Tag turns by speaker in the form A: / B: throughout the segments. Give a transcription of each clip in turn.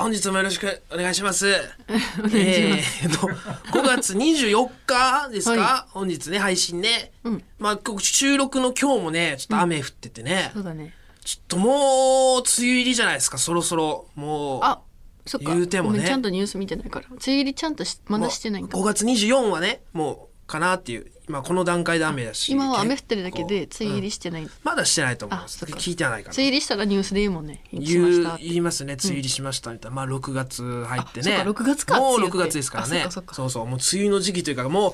A: 本日もよろしくお願いし ます。えーと5月24日ですか、
B: は
A: 本日ね配信ね、
B: うん
A: まあこ収録の今日もねちょっと雨降っててね、
B: そうだね。
A: ちょっともう梅雨入りじゃないですかそろそろもう
B: あ、そっか。
A: 言うてもね
B: ごめんちゃんとニュース見てないから。梅雨入りちゃんとしまだしてないんだ
A: もう。5月24はねもうかなっていう今この段階で雨だし
B: 今は雨降ってるだけで梅
A: 結構
B: 雨入り
A: うん
B: してない。梅
A: まだしてないと思いま
B: あ
A: す
B: そっか
A: 聞いてはないから
B: 雨入りしたらニュースで言うもんね。行き
A: 言
B: まし
A: う
B: たって。
A: 言いますね梅雨入りしましたみたいな、まあ6月入ってね
B: あそっか6月か
A: もう
B: 梅雨って
A: 6月ですからね
B: あそっかそっか
A: うそうもう梅雨の時期というかもう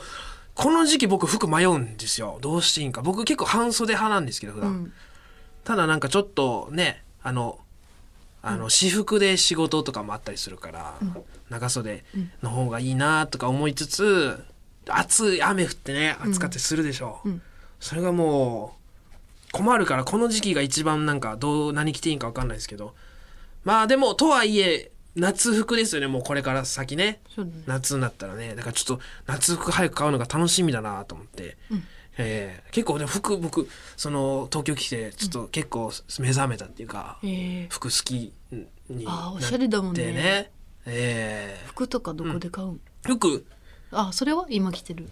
A: この時期僕服迷うんですよどうしていいんか僕結構半袖派なんですけど普
B: う
A: 段、
B: ん。
A: ただなんかちょっとねあのあの私服で仕事とかもあったりするから、長袖の方がいいなとか思いつつ暑い雨降ってね暑かったりするでしょう、
B: うん
A: それがもう困るからこの時期が一番なんかどう何着ていいんか分かんないですけどまあでもとはいえ夏服ですよねもうこれから先ね
B: そうだね。
A: 夏になったらねだからちょっと夏服早く買うのが楽しみだなと思って、えー結構ね服僕その東京来てちょっと結構目覚めたっていうか、
B: ええ。
A: 服好きに
B: あ
A: な
B: ーおしゃ
A: っ
B: れだもん
A: てね
B: ね。
A: え
B: 服とかどこで買うん
A: ー服
B: あ、それは今着てる。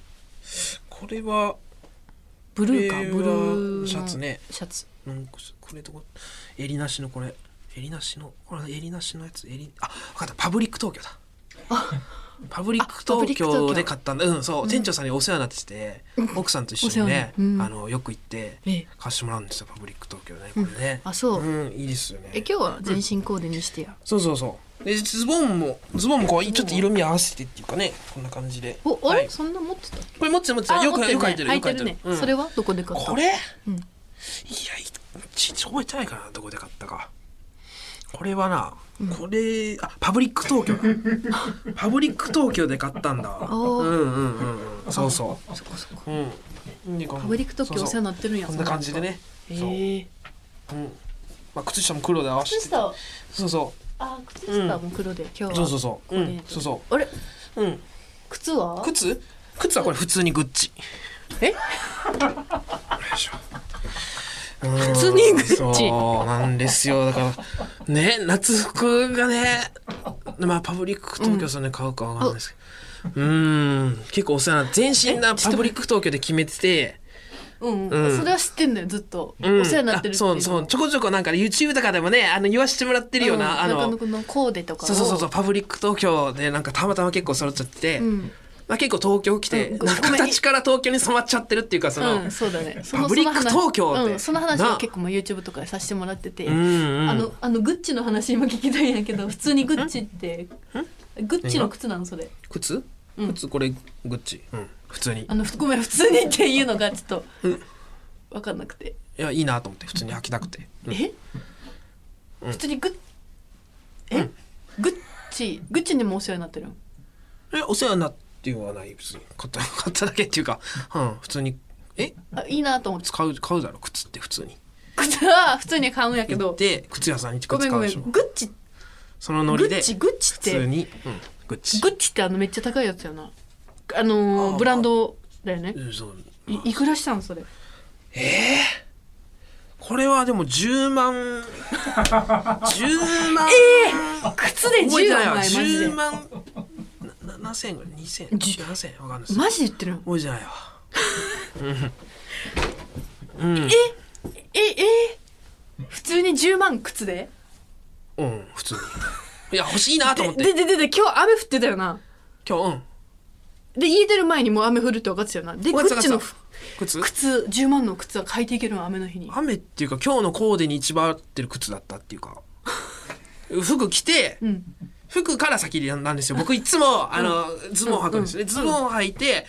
A: これは
B: ブルーか、
A: これは
B: ブルーの。
A: シャツね。
B: シャツ。
A: なんかこれとこ襟なしのこれ襟なしのこれ襟なしのやつ襟あ分かったパブリック東京だパブリック
B: あパブリ
A: 東
B: ック東京
A: 京で買ったんだうんそう、店長さんにお世話になってて奥さんと一緒にね、
B: お世話にうん
A: あのよく行って
B: ええ
A: 貸してもらうんですよパブリック東京ねこれね、
B: あ、そうう。
A: んいいですよね
B: え、今日は全身コーデにしてや。
A: そうそうそうでズボンもズボンもこうちょっと色味合わせてっていうかねこんな感じで
B: お、あ
A: は
B: れ
A: い
B: そんな持ってた
A: これ持ってた持ってた
B: あ
A: よく
B: 持って
A: よ
B: る
A: く
B: ね
A: 書いてるよく書いてる
B: ね
A: うん
B: それはどこで買った
A: これ、
B: うん
A: いやいちいち覚えてないかなどこで買ったかこれはな、これあパブリック東 京だパブリック東京で買ったんだわ
B: お
A: う
B: ー
A: んうんうんうんそうそ
B: そこそこ。
A: ううんパ
B: パブリック特許お世話になってるんや。
A: こんな感じでねそう
B: へえ。
A: うんまあ、靴下も黒で合わせて
B: 靴下を
A: そうそ
B: あ靴下も黒で、今
A: う
B: 日
A: そ
B: は
A: うそうそう、う
B: コーディネ
A: ん
B: ー、ト
A: そうそ
B: あれ
A: ううん
B: 靴は
A: 靴靴はこれ普通にグッチ
B: え
A: 普
B: 通にグッチ
A: そうなんですよだからね夏服がねまあパブリック東京さんで買うかわかんないですけどうーん結構お世話な全身なパブリック東京で決めてて
B: うん、
A: うん
B: それは知ってんだよずっと、
A: うん
B: お世話になってるってい
A: あそうそうちょこちょこなんか YouTube とかでもねあの言わしてもらってるような、あ
B: 中
A: の
B: 野くんのコーデとかを
A: そうそうそうそうパブリック東京でなんかたまたま結構揃っちゃってて、
B: うん、
A: まあ、結構東京来て、
B: うんご
A: なんか
B: ごめん
A: 形から東京に染まっちゃってるっていうかその、
B: うん、そうだねそ
A: パブリック
B: その話
A: 東京って
B: うん、その話
A: な
B: を結構もう YouTube とかでさせてもらってて、
A: うんうん
B: あのあのグッチの話今聞きたいんやけど普通にグッチってグッチの靴なのそれ
A: 靴、
B: うん
A: 靴これグッチ、うん、普通にい
B: あのふごめん普通にっていうのがちょっと分かんなくて、
A: やいいなと思って普通に履きたくて、うん
B: え、普通にグッえ、
A: うん
B: グッチグッチにもお世話になってるん
A: えお世話になってはない別に買った買っただけっていうか、うん、普通にえ
B: あいいなと思って
A: 使う買うだろ靴って普通に
B: 靴は普通に買うんやけ
A: 行っ
B: ど
A: て靴屋さんに行
B: ご
A: って
B: めん
A: 靴
B: ご
A: 買う
B: め
A: で
B: ん
A: しょ
B: グッチ
A: その
B: グ
A: ノリで
B: ッチ
A: 普
B: グッチっ
A: 通
B: て
A: に、うん、グッチ
B: グッチってあのめっちゃ高いやつやなあ
A: あ
B: の
A: ー
B: ーブランドだよね
A: うんそう
B: いいくらしたんそれ
A: これはでも10万10万
B: 靴で
A: 覚えて
B: 10
A: ない
B: 万
A: わ
B: マジで
A: 10万なな7000円ぐらい2000 7000円わかんないです
B: マジで言ってるの
A: 覚えてないわ
B: ええ普通に10万靴で
A: うん普通 にいや欲しいなと思
B: で
A: って
B: ででで今日雨降ってたよな
A: 今日うん
B: で家出る前にもう雨降るって分かってたよなでグ
A: わかってた
B: ッチの
A: わか靴
B: 靴10万の靴は履いていけるの雨の日に
A: 雨っていうか今日のコーデに一番合ってる靴だったっていう か服着て
B: うん
A: 服から先なんですよ僕いつもあの、ズボン履くんですね、ズボン履いて、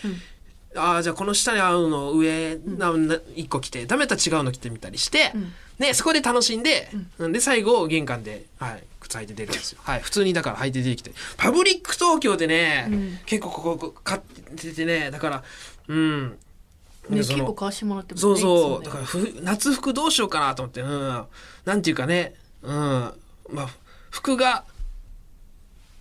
A: ああじゃあこの下に合うの上なな一個着てダメだったら違うの着てみたりして、
B: うん
A: ねそこで楽しんで、で最後玄関で、はい、靴履いて出るんですよはい普通にだから履いて出てきてパブリック東京でね、
B: うん
A: 結構ここここ買っててねだからうん
B: ね
A: でそ
B: 結
A: の
B: 構買わしてもらっても
A: そうそう、
B: い
A: だ
B: つ
A: から
B: もね
A: ふ夏服どうしようかなと思ってうんなんていうかねうんまあ服が、うん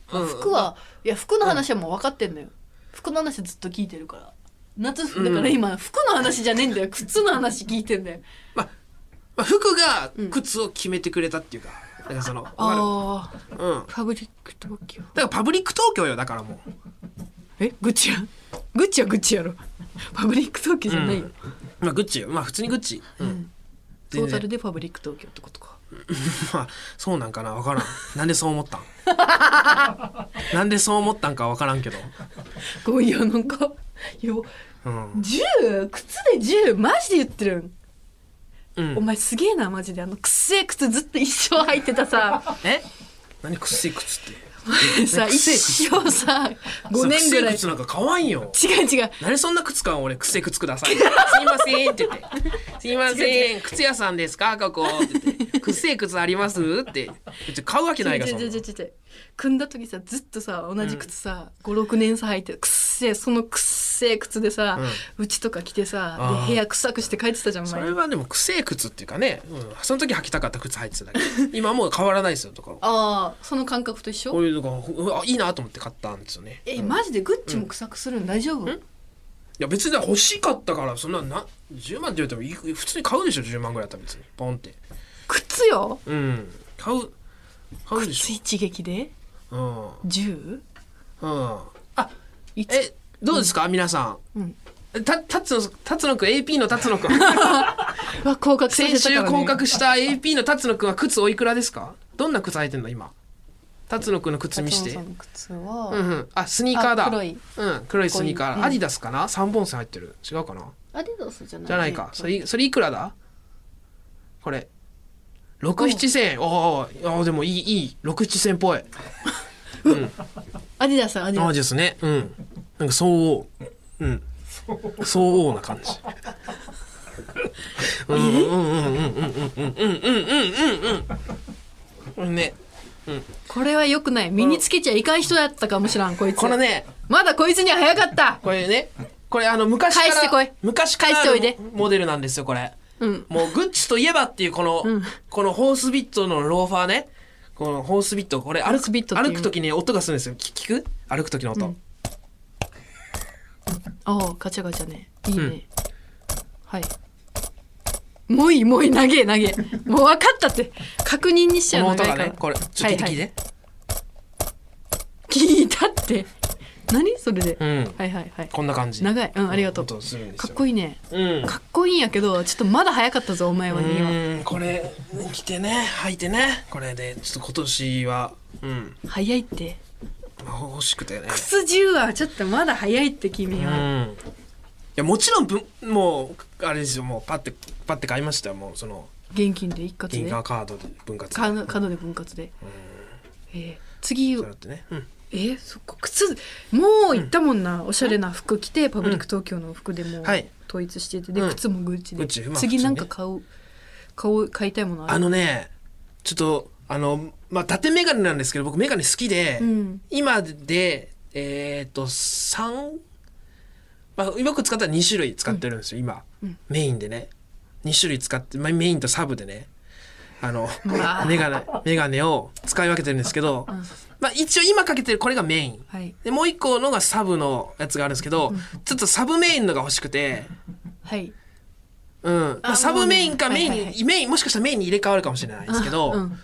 B: 服はいや服の話はもう分かってんのよ服の話ずっと聞いてるから夏服だから今服の話じゃねえんだよ靴の話聞いてんだよ
A: まあ、服が靴を決めてくれたっていうか、だからそのわか
B: ああ
A: るうんだか
B: パブリック東京
A: らパブリック東京よだからも
B: えグッチやグッチはグッチやろ パブリック東京じゃないよ、
A: うまあグッチよまあ普通にグッチうん、
B: ト
A: 全然
B: ータルでパブリック東京ってことか
A: まあそうなんかなわからんなんでそう思 ったんなんでそう思ったんかわからんけど
B: ごいよなんか よ
A: うん、
B: 10靴で10マジで言ってるん
A: うん
B: お、前すげえなマジであのくっせえ靴ずっと一生履いてた さ
A: え何くっせえ靴って
B: さ
A: くっ
B: 一
A: せえ
B: 生さ5年ぐらい
A: そのくっせえ靴なんか買わんよ
B: 違う違う
A: 何そんな靴買うん俺くっせえ靴くだ さいすいませんって言ってすいません靴屋さんですかここって言ってくっせえ靴ありますって別に買うわけないが
B: 違
A: そん
B: う
A: な
B: 違う違う違う組んだ時さずっとさ同じ靴さ、56年さ履いてくっせえそのくっせえ靴でさ
A: うん
B: うち、とか着てさ
A: あー
B: で部屋臭くして帰ってたじゃんお
A: そ
B: 前
A: れはでもくっせえ靴っていうかね、うん、その時履きたかった靴履いてただけ 今もう変わらないですよとか
B: ああその感覚と一緒
A: こういうのがうわいいなと思って買ったんですよね
B: えマジでグッチも臭くするん大丈夫、
A: いや別に欲しかったからそんなな10万って言うてもいく普通に買うでしょ10万ぐらいだったら別にポンって
B: 靴よ
A: うん買う買うで
B: 靴
A: し
B: 一撃で
A: ょ
B: 10?
A: うんうん
B: いつ
A: えどうですか、皆さん、
B: うん
A: えたたつのたつのくん AP のたつの くん
B: うわ降格させ
A: 先
B: たから
A: 週
B: ね
A: 降格した AP のたつのくんは靴おいくらですかどんな靴履いてんの今たつのくんの靴見して
B: 松尾さんの靴は、
A: うんうんあスニーカーだ
B: あ黒い
A: うん黒いスニーカ
B: かっこ
A: ー
B: いい
A: アディダスかな三本線入ってる違うかな
B: アディダスじゃない
A: じゃないか。そ
B: えっ
A: れ、それいくらだこれ。六七千円。おーおー、でもいい、いい。六七千っぽい。
B: とアディダスアディ
A: あ
B: ダ
A: あ
B: ス
A: ですね。うん。なんか相応。うん。相応な 感じ。うんうんうんうんうんうんうんうんうんうんうん。ね。
B: これは良くない身につけちゃいかん人だったかもしらんこいつ
A: これね、
B: まだこいつには早かった
A: これね。これあの昔から
B: 返してこい
A: 昔からあ
B: 返して
A: るモデルなんですよこれ。
B: うん
A: もうグッチといえばっていうこの、
B: うん
A: このホースビットのローファーね。このホースビット、これ
B: ホ
A: 歩
B: ース
A: く
B: ビットってい
A: 歩
B: う
A: く時に音がするんですよ。聞聞く歩く時の音。
B: ああガチャガチャねいい
A: う
B: ね、
A: ん
B: はいもういいもういい投げ投げもう分かったって確認にし
A: こ
B: ちゃ
A: の
B: う
A: 音
B: 長い
A: が
B: から
A: ね、これ、ちょっと聞いて
B: はい
A: 聞い
B: は
A: て。
B: 聞いたって何それで、
A: うん。
B: はいはいはい
A: こんな感じ。
B: 長いうんありがとう
A: 音するんです
B: か
A: よ
B: っこいいね
A: うん。
B: かっこいいんやけどちょっとまだ早かったぞお前はには
A: うんこれ着てね履いてねこれでちょっと今年はうん
B: 早いって
A: まあ欲しくてね
B: 靴10はちょっとまだ早いって君
A: う
B: は、
A: んいやもちろんぶもうあれですよもうパッてパッて買いましたよもうその
B: 現金で一括
A: 銀
B: で
A: 行カードで分割
B: カカードで分割で、えー次
A: そうやってねうん
B: えーそっか靴もう行ったもんな、おしゃれな服着てパブリック東京の服でもう
A: はい
B: 統一してて、で
A: うん
B: 靴もグッチで、
A: グッチまあ
B: 次
A: 普通
B: な
A: に
B: ん
A: ね
B: か買う買う買いたいものある
A: あのねちょっとあのまあ縦眼鏡なんですけど僕眼鏡好きで、
B: うん
A: 今でえっ、と3まあよく使ったら2種類使ってるんですよ、今、
B: うん
A: メインでね2種類使って、まあ、メインとサブでねあの
B: まあ
A: 眼鏡眼鏡を使い分けてるんですけど、
B: ん
A: まあ一応今かけてるこれがメイン
B: はい
A: でもう一個のがサブのやつがあるんですけど、ちょっとサブメインのが欲しくて。
B: はい
A: うん、ま
B: あ
A: あ、サブメインか
B: もう
A: メイ
B: ね
A: ンに、
B: はいはいは
A: メインもしかしたらメインに入れ替わるかもしれないですけど、
B: あうん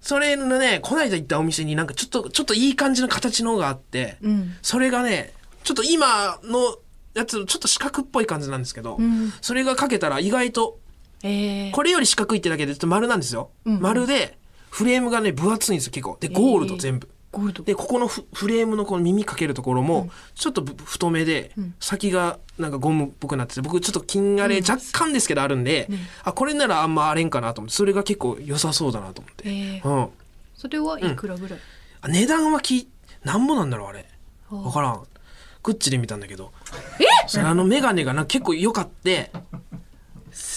A: それのねこの間行ったお店になんかちょっとちょっといい感じの形のがあって、
B: うん
A: それがねちょっと今のやつちょっと四角っぽい感じなんですけど、
B: うん
A: それがかけたら意外と
B: えー、
A: これより四角いってだけでちょっと丸なんですよ、
B: うん
A: 丸でフレームがね分厚いんですよ結構でゴールド全部、
B: ゴールド
A: でここのフフレームのこの耳かけるところもちょっとぶ太めで、
B: うん
A: 先がなんかゴムっぽくなってて僕ちょっと金がれ
B: うん
A: 若干ですけどあるんで、
B: ね
A: あこれならあんまあれんかなと思ってそれが結構良さそうだなと思って、
B: えー、
A: うん
B: それはいくらぐらい、
A: あ値段はきなんぼなんだろうあれ
B: あー
A: 分からんグッチで見たんだけどそれあの眼鏡がなんか結構良かって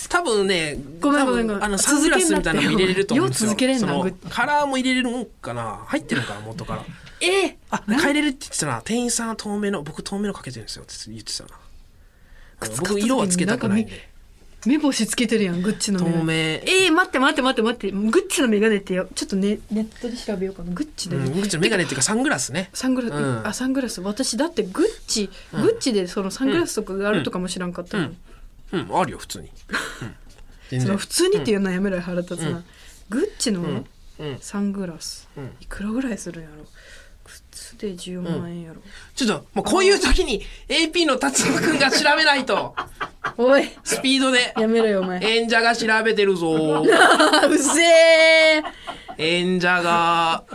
A: 多分ね
B: ごめんごめ
A: 多
B: ん
A: 分
B: ごめん
A: あのサングラスみたいなのも入れれると思うんですよ
B: 続けんなってよう
A: そ
B: 続けれんな
A: のカラーも入れれるんかな入ってるのかな元から
B: えー、
A: あ変えれるって言ってたな店員さんは透明の僕透明のかけてるんですよって言ってたなあの
B: 靴買った時
A: 僕
B: に
A: 色はつけたくないんで
B: なん目星つけてるやんグッチの
A: 透
B: 眼鏡
A: 明、
B: えー、待って待って待って待ってグッチの眼鏡ってよちょっとねネットで調べようかなグッチ
A: う
B: で、
A: ん、グッチの眼鏡っていうかサングラスね
B: サングラス、
A: うん
B: あサングラス私だってグッチ、グッチでそのサングラスとかがあるとかも知らんかったの、
A: うんうんあるよ普通に、うん、全
B: その
A: 然
B: 普通にっていうのはやめろよ腹立つな、グッチの、
A: んうん
C: サングラス、
A: うん
C: いくらぐらいするんやろ靴で10万円やろ、
A: ちょっともうこういう時に AP の達夫君が調べない と
C: おい
A: スピードで
C: やめろよお前
A: 演者が調べてるぞ
C: あうぜえ
A: 演者が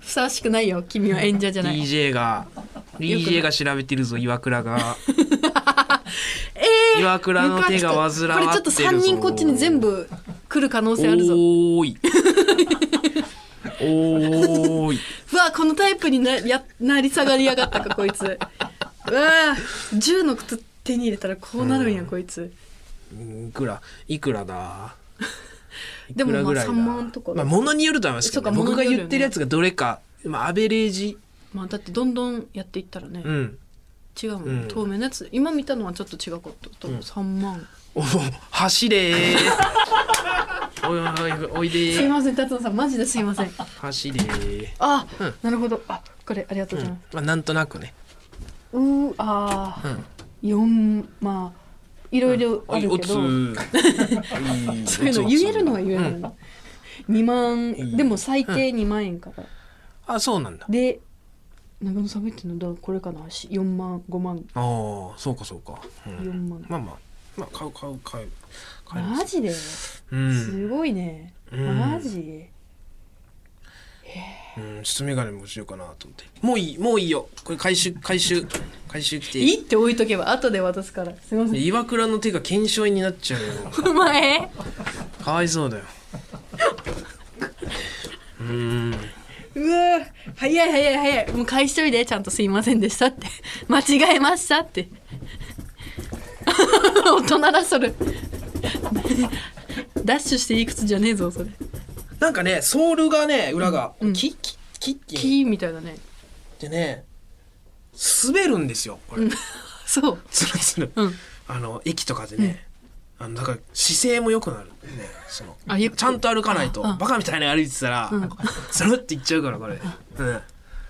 B: ふさわしくないよ君は演者じゃない
A: DJ が DJ が調べてるぞ岩倉が岩倉の手が煩わってるぞ
B: これちょっと3人こっちに全部来る可能性あるぞ
A: おー いおーいう
B: わこのタイプになやなり下がりやがったかこいつうわ
C: 10の靴手に入れたらこうなるんや、こいつ
A: いくらいくらだい
C: でもまあ
A: くらぐらいだ
C: 3万とか
A: まあ物によるとは思いますけ
B: そうか
A: ど、ね、僕が
B: 物によるよ
A: 言
B: ね
A: ってるやつがどれか、まあ、アベレージ
B: まあだってどんどんやっていったらね、
A: うん
B: 違うもん、
A: うん
B: 透明なやつ今見たのはちょっと違かった多分3万、
A: お走れーおいおいおいで
B: すい
A: ー
B: ません達野さんマジですいません
A: 走れー、
B: あ、なるほどあこれありがとう
A: う
B: ご
A: ん
B: ざいます、
A: まあ、なんとなくね、
B: うーあ
A: う
B: ー
A: ん、
B: 四まあいろいろ
A: お
B: あ
A: い
B: る
A: お
B: け
A: つ
B: ど、
A: ー
B: そういうの言えるのは言えるのに、二万
A: ん
B: でも最低2万円から、
A: あそうなんだ
B: で長野さんが言ってるのだからこれかなし4万5万
A: ああそうかそうか、うん
B: 4万、
A: まあまあまあ買う買う買う買いま
B: マ
A: す
B: ジで
A: うん
B: すごいね、
A: うん
B: マジ
A: うん筒眼鏡もしようかなと思ってもういいもういいよこれ回収回収回収来て
B: いいって置いとけば後で渡すからすいません
A: 岩倉の手が腱鞘炎になっちゃうよ
B: お前
A: かわいそうだようーん
B: うわ早い早い早いもう返しといてちゃんと「すいませんでした」って 「間違えました」って 大人だそれ ダッシュしていい靴じゃねえぞそれ
A: なんかねソールがね裏が、
B: うん
A: キッキッキッキッっ
B: キーみたいだね
A: てね滑るんですよこれ、
B: そう
A: つるつる、
B: うん
A: あの駅とかでね、あのだから姿勢も良くなるねその
B: あゆっくり
A: ちゃんと歩かないとバカみたいに歩いてたら、つるっていっちゃうからこれ、うん、あ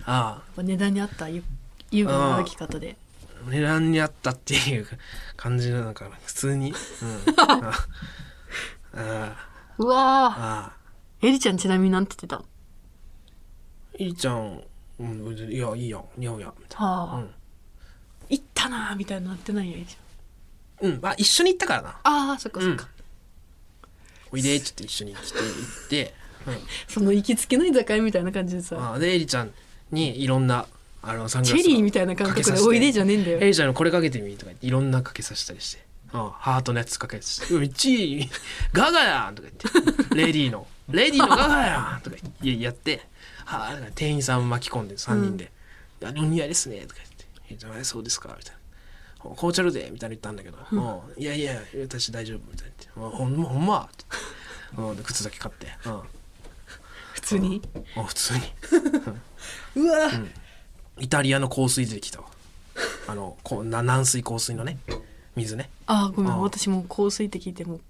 A: あ
B: 値段に合ったゆ優雅な歩き方で
A: 値段に合ったっていう感じなのかな普通に、 うん、あああ
B: うわ
A: あ
B: ーえりちゃんちなみになんて言ってた
A: いいちゃん、うん、いやいいやん似合うやんみたい
B: はあ、
A: うん
B: 行ったなーみたいななってないよえりち
A: なうんあ一緒に行ったからな
B: ゃんあーそっかそっか、
A: おいでっつって一緒に来て行って、
B: その行きつけの居酒屋みたいな感じで
A: う
B: さ、
A: ん、あでエリちゃんにいろんなあのサング
B: チ
A: ラ
B: ェ
A: ス
B: リーみ
A: い
B: たいな感
A: かけ
B: 覚
A: さ
B: で
A: せて
B: おいでじゃねえんだよ
A: エリちゃんのこれかけてみとか言っていろんなかけさせたりして、うん、ハートのやつかけさせて「うん1位ガガやん!」とか言って「レディーのレディーのガガやん!」とか言っていややってはあ店員さん巻き込んで3人で「あお似合いですね」とか言って「えじゃあそうですか」みたいな。紅茶ルでみたいな言ったんだけど「もうんいやいや私大丈夫」みたいな言って「ほんまほんま」って言ってうんで靴だけ買って、うん、
B: 普通に
A: あ普通に
B: うわー
A: イタリアの香水出てきたわあのこな軟水香水のね水ね
B: あーごめ
A: あー
B: ん私もう香水って聞いてもう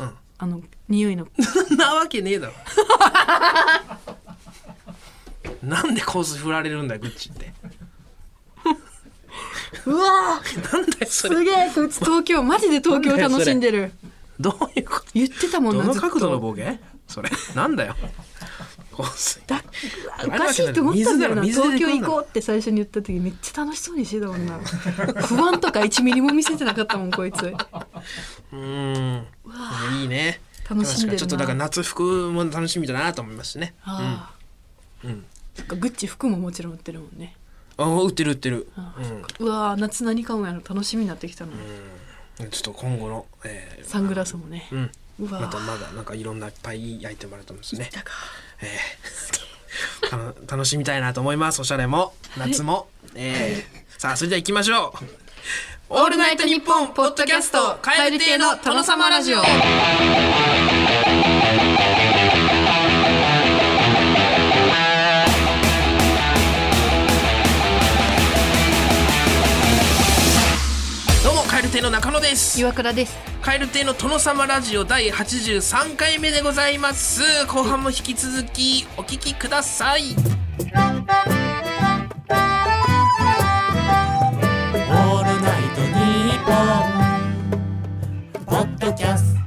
A: うん
B: あの匂いの
A: そんなわけねえだろ なんで香水振られるんだよグッチって
B: うわー
A: なんだよそれ
B: すげえこいつ東京マジで東京楽しんでる
A: どういうこ
B: 言ってたも
A: と
B: ん
A: どの
B: なずっ
A: 角度の
B: と
A: ボケそれなんだよ香水
B: だおかしいって思ったんだよな
A: 水だろ水
B: 東
A: で
B: 京
A: 行くんだろ
B: 行こうって最初に言った時めっちゃ楽しそうにしてたもんな不安とか1ミリも見せてなかったもんこいつ
A: うーんいいね
B: 楽し
A: 確
B: んでるな
A: かにちょっとだから夏服も楽しみだなと思いましたね
B: あ
A: う
B: あ、
A: ん
B: そっかグッチ服ももちろん売ってるもんね
A: あ売ってる売ってる
B: あ
A: うん
B: うわー夏何買うんやろ楽しみになってきたの、
A: ちょっと今後の、えー
B: サングラスもね、
A: うん
B: うわー
A: またまだなんかいろんないっぱいいいアイテムあると思うんですね。ええたの 楽しみたいなと思います。おしゃれも夏も。ええさあそれでは行きましょう。 オールナイトニッポンポッドキャスト蛙亭の殿様ラジオ。どうも蛙亭の中野です。
B: 岩倉です
A: カエル亭の殿様ラジオ第83回目でございます後半も引き続きお聞きください
D: オールナイトニッポン」ポッドキャスト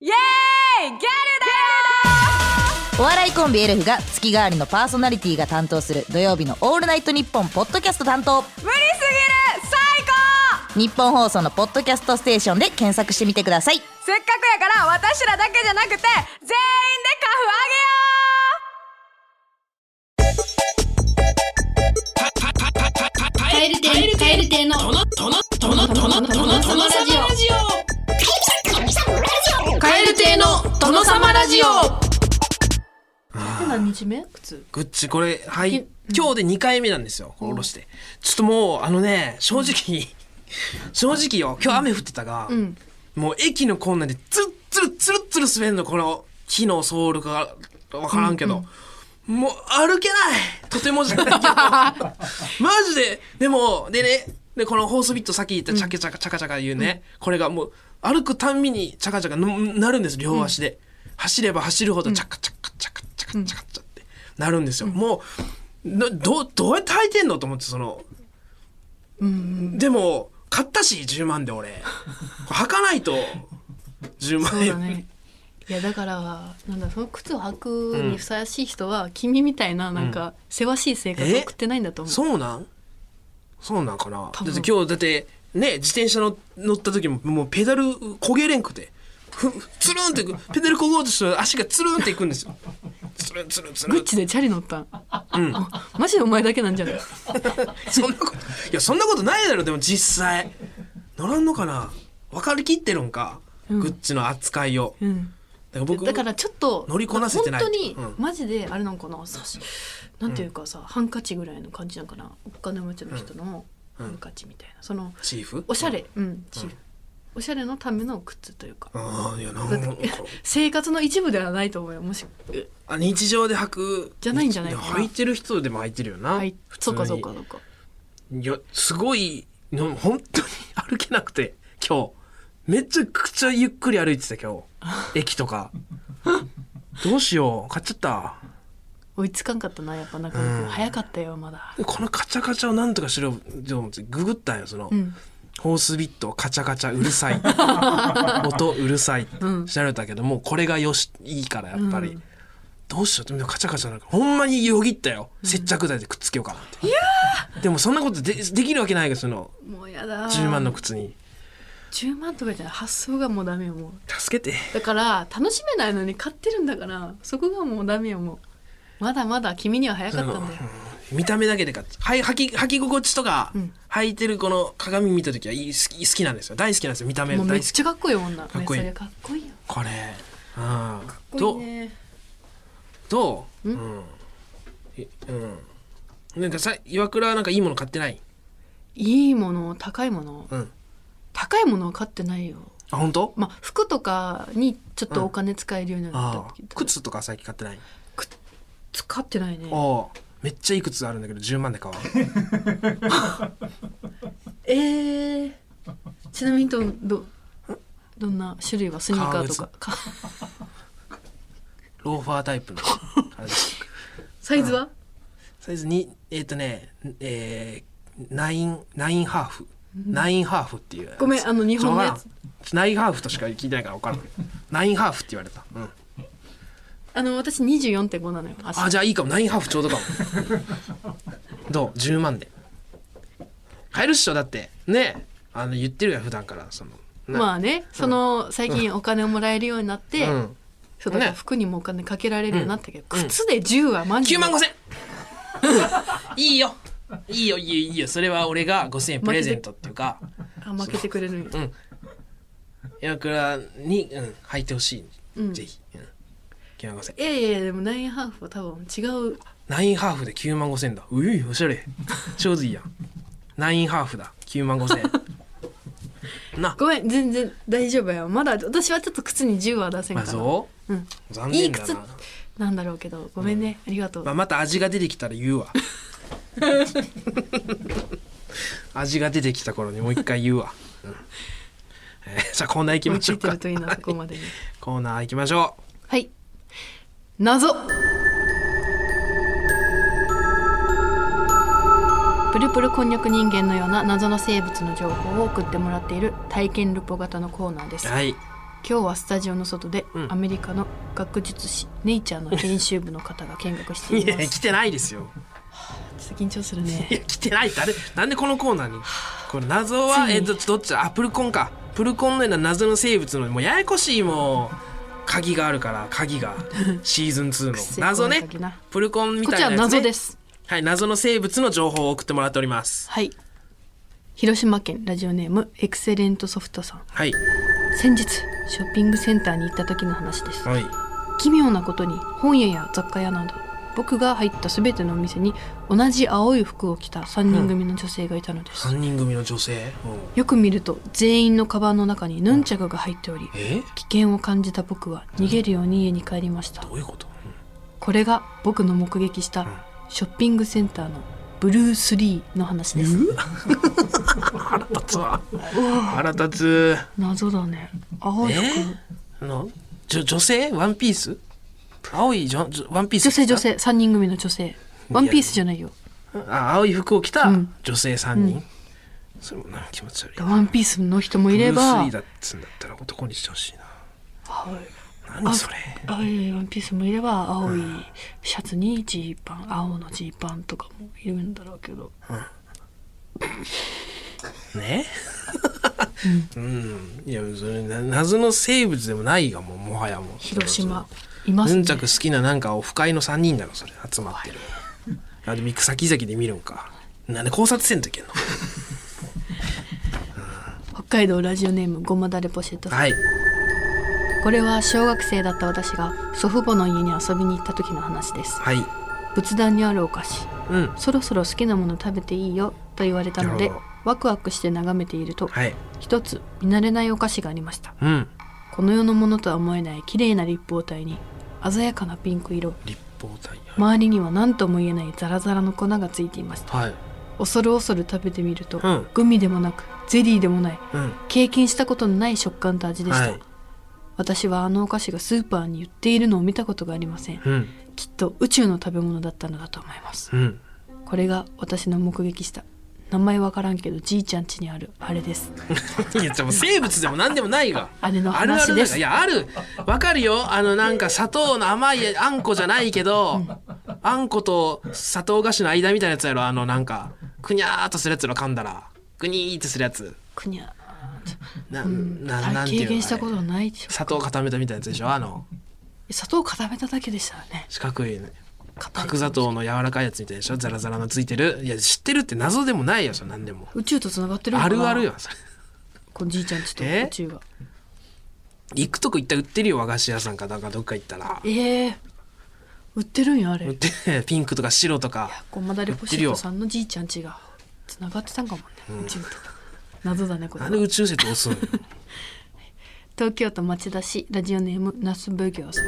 E: イエーイ Get お笑いコンビエルフが月替わりのパーソナリティが担当する土曜日の「オールナイトニッポン」ポッドキャスト担当
F: 無理すぎる最高
E: 日本放送のポッドキャストステーションで検索してみてください
F: せっかくやから私らだけじゃなくて全員でカフあげよう
B: カエル亭カエル亭のトノトノトノトノトノ様ラジオカエル亭の殿様ラジオ何日目靴
A: グッチこれはい
B: き
A: 今日で2回目なんですよこれ下ろしてちょっともうあのね正直正直よ今日雨降ってたが、
B: うん
A: もう駅のこんなでツルッツルッツルッツル滑るのこの木のソールか分からんけど、もう歩けないとてもじゃないけどマジででもでねでこのホースビットさっき言ったチャカチャカチャカチャカ言うね、これがもう歩くたんびにチャカチャカのなるんです両足で、走れば走るほどチャカチャカチャカチャカチャカチャってなるんですよ、もうなどどうやって履いてんのと思ってそのでも買ったし10万で俺これ履かないと10
B: そ
A: 万
B: う
A: 円
B: だねいやだからなんだその靴を履くにふさわしい人は君みたいななんかせわしい生活を送ってないんだと思う
A: そうなんそうなんかなだっ
B: 多
A: て
B: 分
A: 今日だってね自転車の乗った時ももうペダル焦げれんくてふつるんってペダル焦ごうとしたら足がつるんっていくんですよつるんつるんつ
B: グ
A: る
B: ッ
A: ん
B: チでチャリ乗ったん、あマジでお前だけなんじゃない
A: そんなこといやそんなことないだろでも実際乗らんのかな分かりきってるんか、グッチの扱いを
B: うん
A: だから僕
B: だからちょっと
A: 乗りこなせてない
B: 本当に、
A: うん
B: マジであれなんかなさしなんていうかさ、ハンカチぐらいの感じなんかなお金持ちの人のハンカチみたいな、その
A: チーフ
B: おしゃれうん、チーフおしゃれのための靴というか、
A: ああいやなん
B: だ
A: か
B: って生活の一部ではないと思うよもし
A: あ日常で履く
B: じゃないんじゃない
A: や
B: か
A: 履
B: な
A: いてる人でも履いてるよな、
B: はい
A: 普通
B: そう
A: に
B: かそうかそうか
A: いやすごいの本当に歩けなくて今日めちゃくちゃゆっくり歩いてた今日駅とかどうしよう買っちゃった
B: 追いつかんかったなやっぱ中野
A: うん
B: 君早かったよまだ
A: このカチャカチャをなんとかしろと思ってググったんよその、
B: うん
A: ホースビットカチャカチャうるさ い音うるさいって
B: うん
A: 調べたけど、もうこれがよしいいからやっぱり、
B: うん
A: どうしようってでもカチャカチャなんかほんまによぎったよ、接着剤でくっつけようかなっていやでもそんなことでできるわけないけどその
B: もうやだ
A: 10万の靴に
B: 10万とかじゃない発想がもうダメよもう
A: 助けて
B: だから楽しめないのに買ってるんだからそこがもうダメよもうまだまだ君には早かったんだよ
A: 見た目だけでかはい履き履き心地とか、
B: うん
A: 履いてるこの鏡見た時はいい好き好きなんですよ大好きなんですよ見た目
B: もうめ
A: 大
B: っ
A: 好
B: ち
A: き
B: ゃかっこいい女
A: かっこいい
B: ねそれかっこいいよ
A: これ、うん、
C: こいいね
A: どうどううんえうんなんかさ岩倉はなんかいいもの買ってない
B: いいもの高いもの
A: うん
B: 高いものは買ってないよ
A: あ本当
B: まあ服とかにちょっとお金使えるようにな
A: あ
B: った
A: あ
B: けど
A: 靴とか最近買ってない
B: 使ってないね
A: ああめっちゃいい靴あるんだけど10万で買わ ん
B: えー、ちなみにどどどんな種類はスニーカーとかか
A: ローファータイプの感じ
B: サイズは
A: サイズにえっ、とねえー、ナインナインハーフナインハーフっていう
B: ごめんあの日本のやつ
A: ちょっとわからんナインハーフとしか聞いてないから分からんナインハーフって言われた、うん、
B: あの私24.5なのよ足
A: あじゃあいいかもナインハーフちょうどかもどう10万で買えるっしょだってねあの言ってるやん普段からその
B: まあね、その最近お金をもらえるようになって、
A: うん
B: そうだから
A: ね
B: 服にもお金かけられるようになったけど、靴で10はマジ
A: 9
B: で
A: 万5千いいよいいよいいよいいよそれは俺が5千円プレゼントっていうか
B: あ負けてくれるんよ
A: 岩倉に、うん、履いてほしい、
B: うん
A: ぜひ、うん、9万5千
B: いやいやでもナインハーフは多分違う
A: ナインハーフで9万5千だういおしゃれちょうどいいやんナインハーフだ9万5千 な
B: ごめん全然大丈夫やまだ私はちょっと靴に10は出せん
A: ま
B: か
A: あ
B: ら、
A: そう、
B: うん
A: 残
B: い
A: 念
B: い
A: だ
B: 靴
A: な
B: なんだろうけどごめんね、ありがとう、
A: まあ、また味が出てきたら言う わ味が出てきた頃にもう一回言うわ、うんえーじゃあコーナー行き
B: 追い
A: ま
B: つ
A: しょう
B: いて
A: か
B: るといいなそこまでに
A: コーナー行きましょう
B: はい謎プルプルこんにゃく人間のような謎の生物の情報を送ってもらっている体験ルポ型のコーナーです
A: はい
B: 今日はスタジオの外で、
A: うん
B: アメリカの学術誌「ネイチャー」の編集部の方が見学して
A: い
B: い
A: や
B: ま
A: 来
B: す
A: てないですよ
B: ちょっと緊張す る
A: い
B: ね
A: や来てない誰なんでこのコーナーにこれ謎は
B: ついに
A: えどどっちだあプルコンかプルコンのような謎の生物のもうややこしいもう鍵があるから鍵 がシーズン2
B: くっせ
A: の
B: え
A: 謎ね
B: この鍵な
A: プルコンみ
B: こ
A: た
B: っ
A: いな
B: ちは
A: やつ、ね、
B: 謎です
A: はい謎の生物の情報を送ってもらっております
B: はい広島県ラジオネームエクセレントソフトさん
A: はい
B: 先日ショッピングセンターに行った時の話です
A: はい
B: 奇妙なことに本屋や雑貨屋など僕が入った全てのお店に同じ青い服を着た3人組の女性がいたのです、
A: 3人組の女性うん
B: よく見ると全員のカバンの中にヌンチャクが入っており
A: え
B: 危険を感じた僕は逃げるように家に帰りました
A: どういうこと
B: これが僕の目撃したショッピングセンターのブルース・リーの話です
A: 腹立つわ腹立つ
B: 謎だね青い服
A: えのじょ女性ワンピース青いじょじょワンピース
B: 女性女性3人組の女性ワンピースじゃないよ
A: あ青い服を着た
B: うん
A: 女性3人、それもなんか気持ち悪い
B: ワンピースの人もいれ
A: ブルース・
B: ば
A: リーだっつんだったら男にしてほしいな
B: あ
A: 何それ
B: 青いワンピースもいれば青いシャツにジーパン青のジーパンとかもいるんだろうけど
A: ねうん、いやそれな謎の生物でもないがもうもはやもう
B: 広島います
A: ヌ
B: ね
A: ンチャク好きななんかオフ会の3人だろそれ集ま ってるあでも行く先々で見るんかなんで考察せんといけんの
B: 北海道ラジオネームごまだれポシェットさん
A: はい
B: これは小学生だった私が祖父母の家に遊びに行った時の話です
A: はい
B: 仏壇にあるお菓子
A: うん
B: そろそろ好きなもの食べていいよと言われたので
A: なるほ
B: ワクワクして眺めていると
A: はい
B: 一つ見慣れないお菓子がありました
A: うん
B: この世のものとは思えない綺麗な立方体に鮮やかなピンク色
A: 立方体
B: 周りには何とも言えないザラザラの粉がついていました
A: はい
B: 恐る恐る食べてみると、
A: うん
B: グミでもなくゼリーでもない
A: うん
B: 経験したことのない食感と味でし
A: は
B: た、
A: い
B: 私はあのお菓子がスーパーに売っているのを見たことがありません
A: うん
B: きっと宇宙の食べ物だったのだと思います
A: うん
B: これが私の目撃した名前わからんけどじいちゃん家にあるあれです
A: いやでも生物でも何でもないが
B: あれの
A: あるある
B: 話
A: だ
B: で
A: か
B: す
A: らいやあるわかるよあのなんか砂糖の甘いあんこじゃないけど、あんこと砂糖菓子の間みたいなやつやろあのなんかくにゃーっとするやつの噛んだらぐにーってするやつ
B: くにゃ
A: な、
B: うん
A: な
B: あ
A: なん
B: れ
A: ていう
B: 経
A: の
B: 験したこと
A: あれ
B: ないでしょ
A: 砂糖固めたみたいなやつでしょあの
B: 砂糖固めただけでしたらね
A: 四角いね
B: 固い
A: 角砂糖の柔らかいやつみたいでしょザラザラのついてるいや知ってるって謎でもないよそれ何でも
B: 宇宙とつながってるの
A: あ
B: かな
A: るあるよそれ
B: このじいちゃん家と
A: え
B: 宇宙が
A: 行くとこ行ったら売ってるよ和菓子屋さんかなんかどっか行ったら
B: ええ売ってるんやあれ
A: 売ってピンクとか白とか
B: ごまだれポシェットさんのじいちゃんちがつながってたんかもね、宇宙と謎だねこれ
A: なんで
B: は
A: 宇宙説押す んの
B: 東京都町田市ラジオネーム那須奉行さん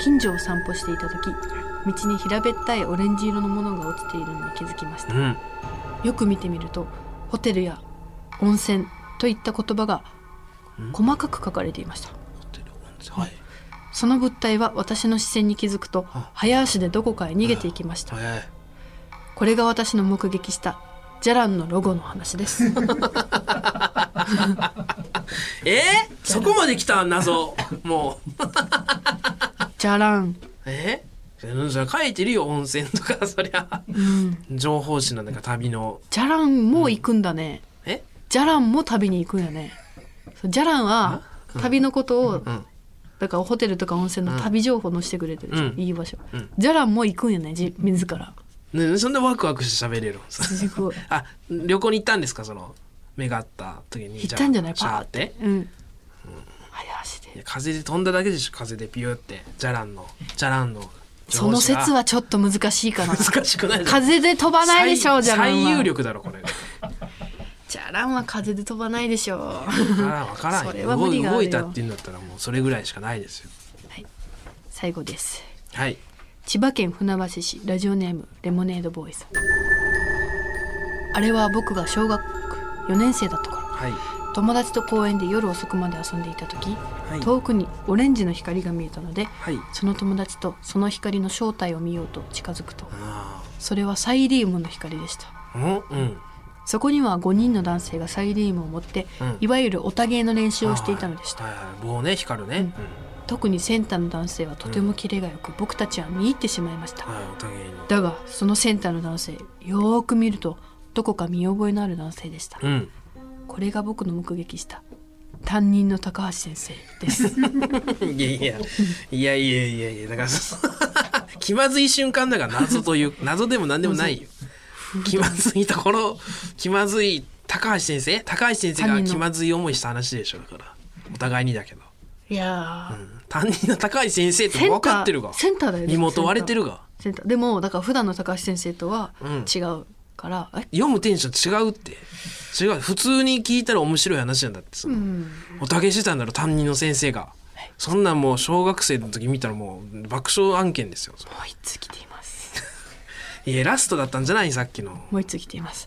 B: 近所を散歩していた時道に平べったいオレンジ色のものが落ちているのに気づきまし
A: う
B: た
A: ん
B: よく見てみるとホテルや温泉といった言葉が細かく書かれていました
A: はい
B: その物体は私の視線に気づくと
A: あ
B: 早足でどこかへ逃げていきました
A: 早い
B: これが私の目撃したジャランのロゴの話です
A: えー、そこまで来た謎もう
B: ジャラン
A: えー、じゃあ書いてるよ温泉とか そりゃ
B: うん
A: 情報誌のなんか旅の
B: ジャランも行くんだね、
A: え
B: ジャランも旅に行くんやねそうジャランは旅のことを、だからホテルとか温泉の旅情報載せてくれてるでしょ、
A: うん
B: いい場所、
A: ん
B: ジャランも行くんやねじ 自ら
A: ねそんなワクワクして喋れ るの
B: すごい
A: あ旅行に行ったんですかその目が合った時に
B: 行ったんじゃない
A: シ
B: パ
A: ャ
B: ー
A: ー
B: っ
A: って
B: てうん早足
A: い
B: で
A: や風で飛んだだけでしょ風でピューってじゃらんのじゃらんの情
B: そ
A: 報
B: の
A: 誌が
B: 説はちょっと難しいかな
A: 難しくない ですか
B: 風で飛ばないでしょうジャラン
A: 最有
B: は
A: 力だろこれ
B: ジャランは風で飛ばないでしょう
A: からんわからんよ
B: それは無理がある
A: 動い
B: よ
A: 動いたっていうんだったらもうそれぐらいしかないですよ
B: 最後です
A: はい
B: 千葉県船橋市ラジオネームレモネードボーイさんあれは僕が小学4年生だった頃
A: はい
B: 友達と公園で夜遅くまで遊んでいた時、
A: い
B: 遠くにオレンジの光が見えたので、
A: はい
B: その友達とその光の正体を見ようと近づくと
A: あ
B: それはサイリウムの光でした
A: あうんうん
B: そこには5人の男性がサイリウムを持って、
A: うん
B: いわゆるオタ芸の練習をしていたのでした、
A: はいはい、棒ね光るね、うん
B: 特にセンターの男性はとてもキレがよく、僕たちは見入ってしまいました、
A: はいお互いに
B: だがそのセンターの男性よーく見るとどこか見覚えのある男性でした、
A: うん
B: これが僕の目撃した担任の高橋先生です
A: いやいやいやいやいやいやだからそ 気まずい瞬間だから謎と いう謎でも何でもないよ気まずいところ気まずい高橋先生高橋先生
B: 担
A: が
B: 任の
A: 気まずい思いした話でしょだからお互いにだけど、
B: いやー
A: うん、担任の高橋先生って分かってるが
B: センターだよね
A: 身元割れてるが
B: センターでもだから普段の高橋先生とは
A: うん
B: 違うから、え
A: 読むテンション違うって違う普通に聞いたら面白い話なんだってその、おたけしてたんだろ担任の先生がそんなんもう小学生の時見たらもう爆笑案件ですよ
B: もう一つ来ています
A: いやラストだったんじゃないさっきの
B: もう一つ来ています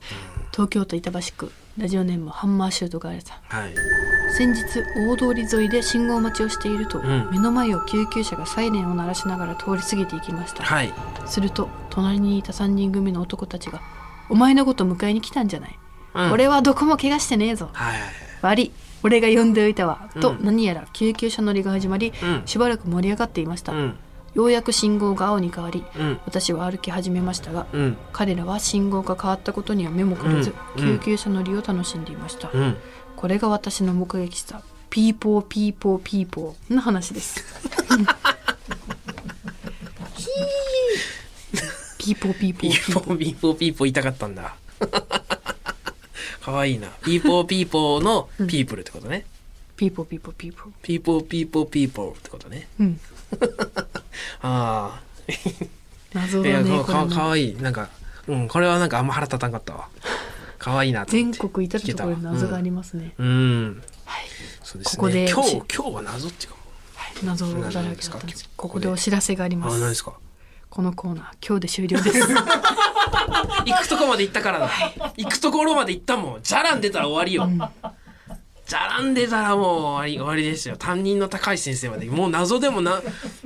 B: 東京都板橋区ラジオネームハンマーシュートガールさん
A: はい
B: 先日大通り沿いで信号待ちをしていると、
A: ん
B: 目の前を救急車がサイレンを鳴らしながら通り過ぎていきました、
A: はい
B: すると隣にいた3人組の男たちが「お前のこと迎えに来たんじゃない、
A: うん
B: 俺はどこも怪我してねえぞ
A: はいはい
B: 悪い俺が呼んでおいたわ」と
A: うん
B: 何やら救急車乗りが始まり、
A: うん
B: しばらく盛り上がっていました、
A: うん
B: ようやく信号が青に変わり、
A: うん
B: 私は歩き始めましたが、
A: うん
B: 彼らは信号が変わったことには目もくれず、
A: うんうん
B: 救急車乗りを楽しんでいました、
A: うん
B: これが私の目撃したピーポーピーポーピーポーの話です。ピーポーピーポ
A: ピ
B: ーピ
A: ー
B: ー
A: ポ
B: ポ
A: ーピーポーピーポー言いたかったんだかわいいなピーポーピーポーのピープルってことね、
B: ーピーポーピーポーピーポー。
A: ピーポーピーポーピーポーってことね
B: うん。
A: あ
B: 謎
A: あ、い
B: だ
A: や
B: ね
A: か
B: これ
A: かか
B: も。
A: わいいなんかうんこれはなんかあんま腹立たんかったわかわいいなと思っ
B: 全
A: て
B: 国いたるところに謎があり
A: ま
B: ますね。
A: すうん
B: はい。
A: そうですね
B: ここで
A: 今日今日は謎っていうか
B: はい謎だらけだったんです。ここでお
A: お
B: 知らせがありま。
A: あ何ですすか
B: このコーナー今日で終了 です。
A: 行くとこまで行ったからだ行くところまで行ったもんじゃらん出たら終わりよ、じゃらん出たらもう終わり終わりですよ担任の高橋先生までもう謎でも な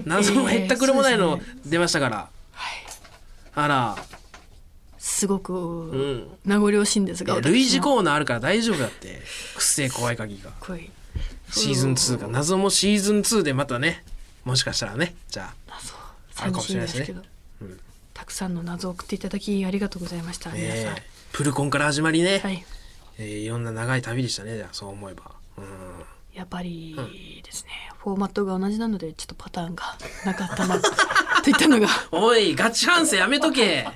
A: 謎もへったくれもないの出ましたから、あら
B: すご
A: う
B: く
A: ん
B: 名残惜しいんです
A: いや
B: が。
A: 類似
B: ー
A: コーナーあるから大丈夫だってくっせえ怖い鍵が
B: 恋
A: シーズン2が謎もシーズン2でまたねもしかしたらねじゃあ
B: 謎
A: あるか
B: 寂
A: も
B: し
A: し
B: い
A: れない
B: で
A: です
B: す
A: ね
B: けど。
A: うん
B: たくさんの謎を送っていただきありがとうございました。皆さん。
A: ええプルコンから始まりね、
B: はいい、
A: えーいろんな長い旅でしたねじゃあそう思えばうん
B: やっぱりですね、フォーマットが同じなのでちょっとパターンがなかったなといったのが
A: おいガチ反省やめとけ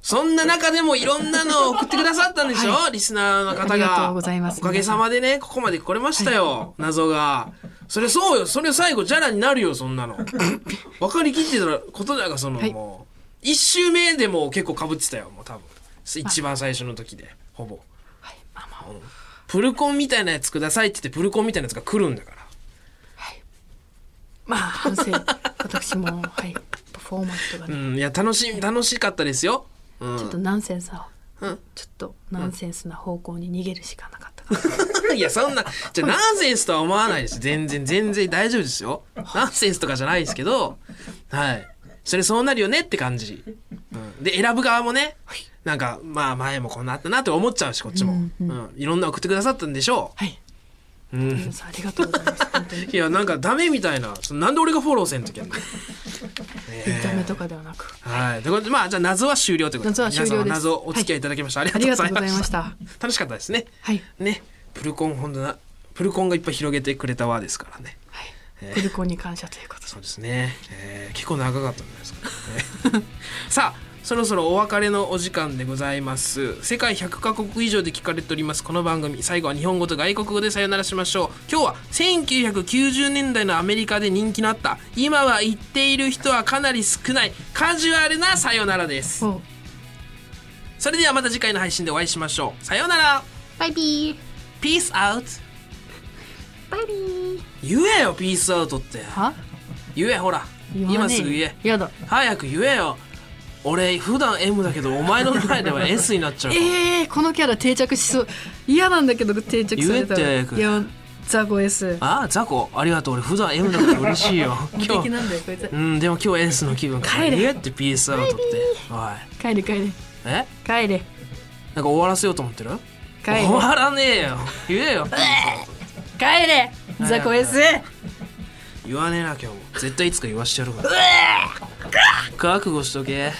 A: そんな中でもいろんなのを送ってくださったんでしょ、リスナーの
B: あ
A: 方
B: りが
A: が
B: とうございます
A: おかげさまでねここまで来れましたよ、謎がそれそうよそれ最後じゃらになるよそんなの分かりきってたことだがその、
B: はい
A: もう1周目でもう結構かぶってたよもう多分一番最初の時でほぼ、うんプルコンみたいなやつくださいって言ってプルコンみたいなやつが来るんだから
B: まあ反省私もはいフォーマットが
A: う
B: ね、
A: んいや楽しい楽しかったですよ、うん、
B: ちょっとナンセンスな、
A: うん
B: ちょっとナンセンスな方向に逃げるしかなかったから、
A: いやそんなじゃあナンセンスとは思わないです全然全然大丈夫ですよナンセンスとかじゃないですけどはいそれそうなるよねって感じ、うん、で選ぶ側もねなんかまあ前もこんなあったなって思っちゃうしこっちも、うんいろんな送ってくださったんでしょ
B: はい、
A: う、うん、
B: 皆さんありがとうございます本当に
A: いやなんかダメみたいなそのなんで俺がフォローせんときゃんの
B: 見た目とかではなく
A: はいということでまあじゃあ謎は終了ということで
B: 謎は終了で
A: 皆
B: す
A: 様謎お付き合いいただきました、
B: あ
A: あり
B: り
A: が
B: が
A: とう
B: と
A: ご
B: う
A: ざ
B: ござ
A: い
B: い
A: ま
B: ま
A: し
B: したた
A: 楽しかったですね
B: はい
A: ねプルコン本当なプルコンがいっぱい広げてくれた輪ですからね
B: はいプルコンに感謝ということで
A: そうですね、えー結構長かったんじゃないですか、ね、 さあそろそろお別れのお時間でございます世界100カ国以上で聞かれておりますこの番組最後は日本語と外国語でさよならしましょう今日は1990年代のアメリカで人気のあった今は言っている人はかなり少ないカジュアルなさよならです
B: お
A: それではまた次回の配信でお会いしましょうさようなら
G: バイビー
A: Peace out
G: バイビー
A: 言えよピースアウトって
B: は
A: 言えほら今すぐ言え
B: えやだ
A: 早く言えよ俺普段 M だけどお前の前では S になっちゃうから
B: えー、このキャラ定着しそう嫌なんだけど定着されたら
A: 言えって
B: いやザゴ S
A: ああザコありがとう俺普段 M だから嬉しいよ今
B: 素敵
A: 日
B: なんだよこいつ
A: うんでも今日 S の気分から
B: 帰れ
A: 言えってピースアウトっておい
B: 帰れ帰れ
A: え
B: 帰れ
A: か終わらせようと思ってる
B: 帰れ
A: 終わらねえよ言えよ
B: 帰れザコ S
A: 言わねえな今日も絶対いつか言わしてやるから覚悟しとけ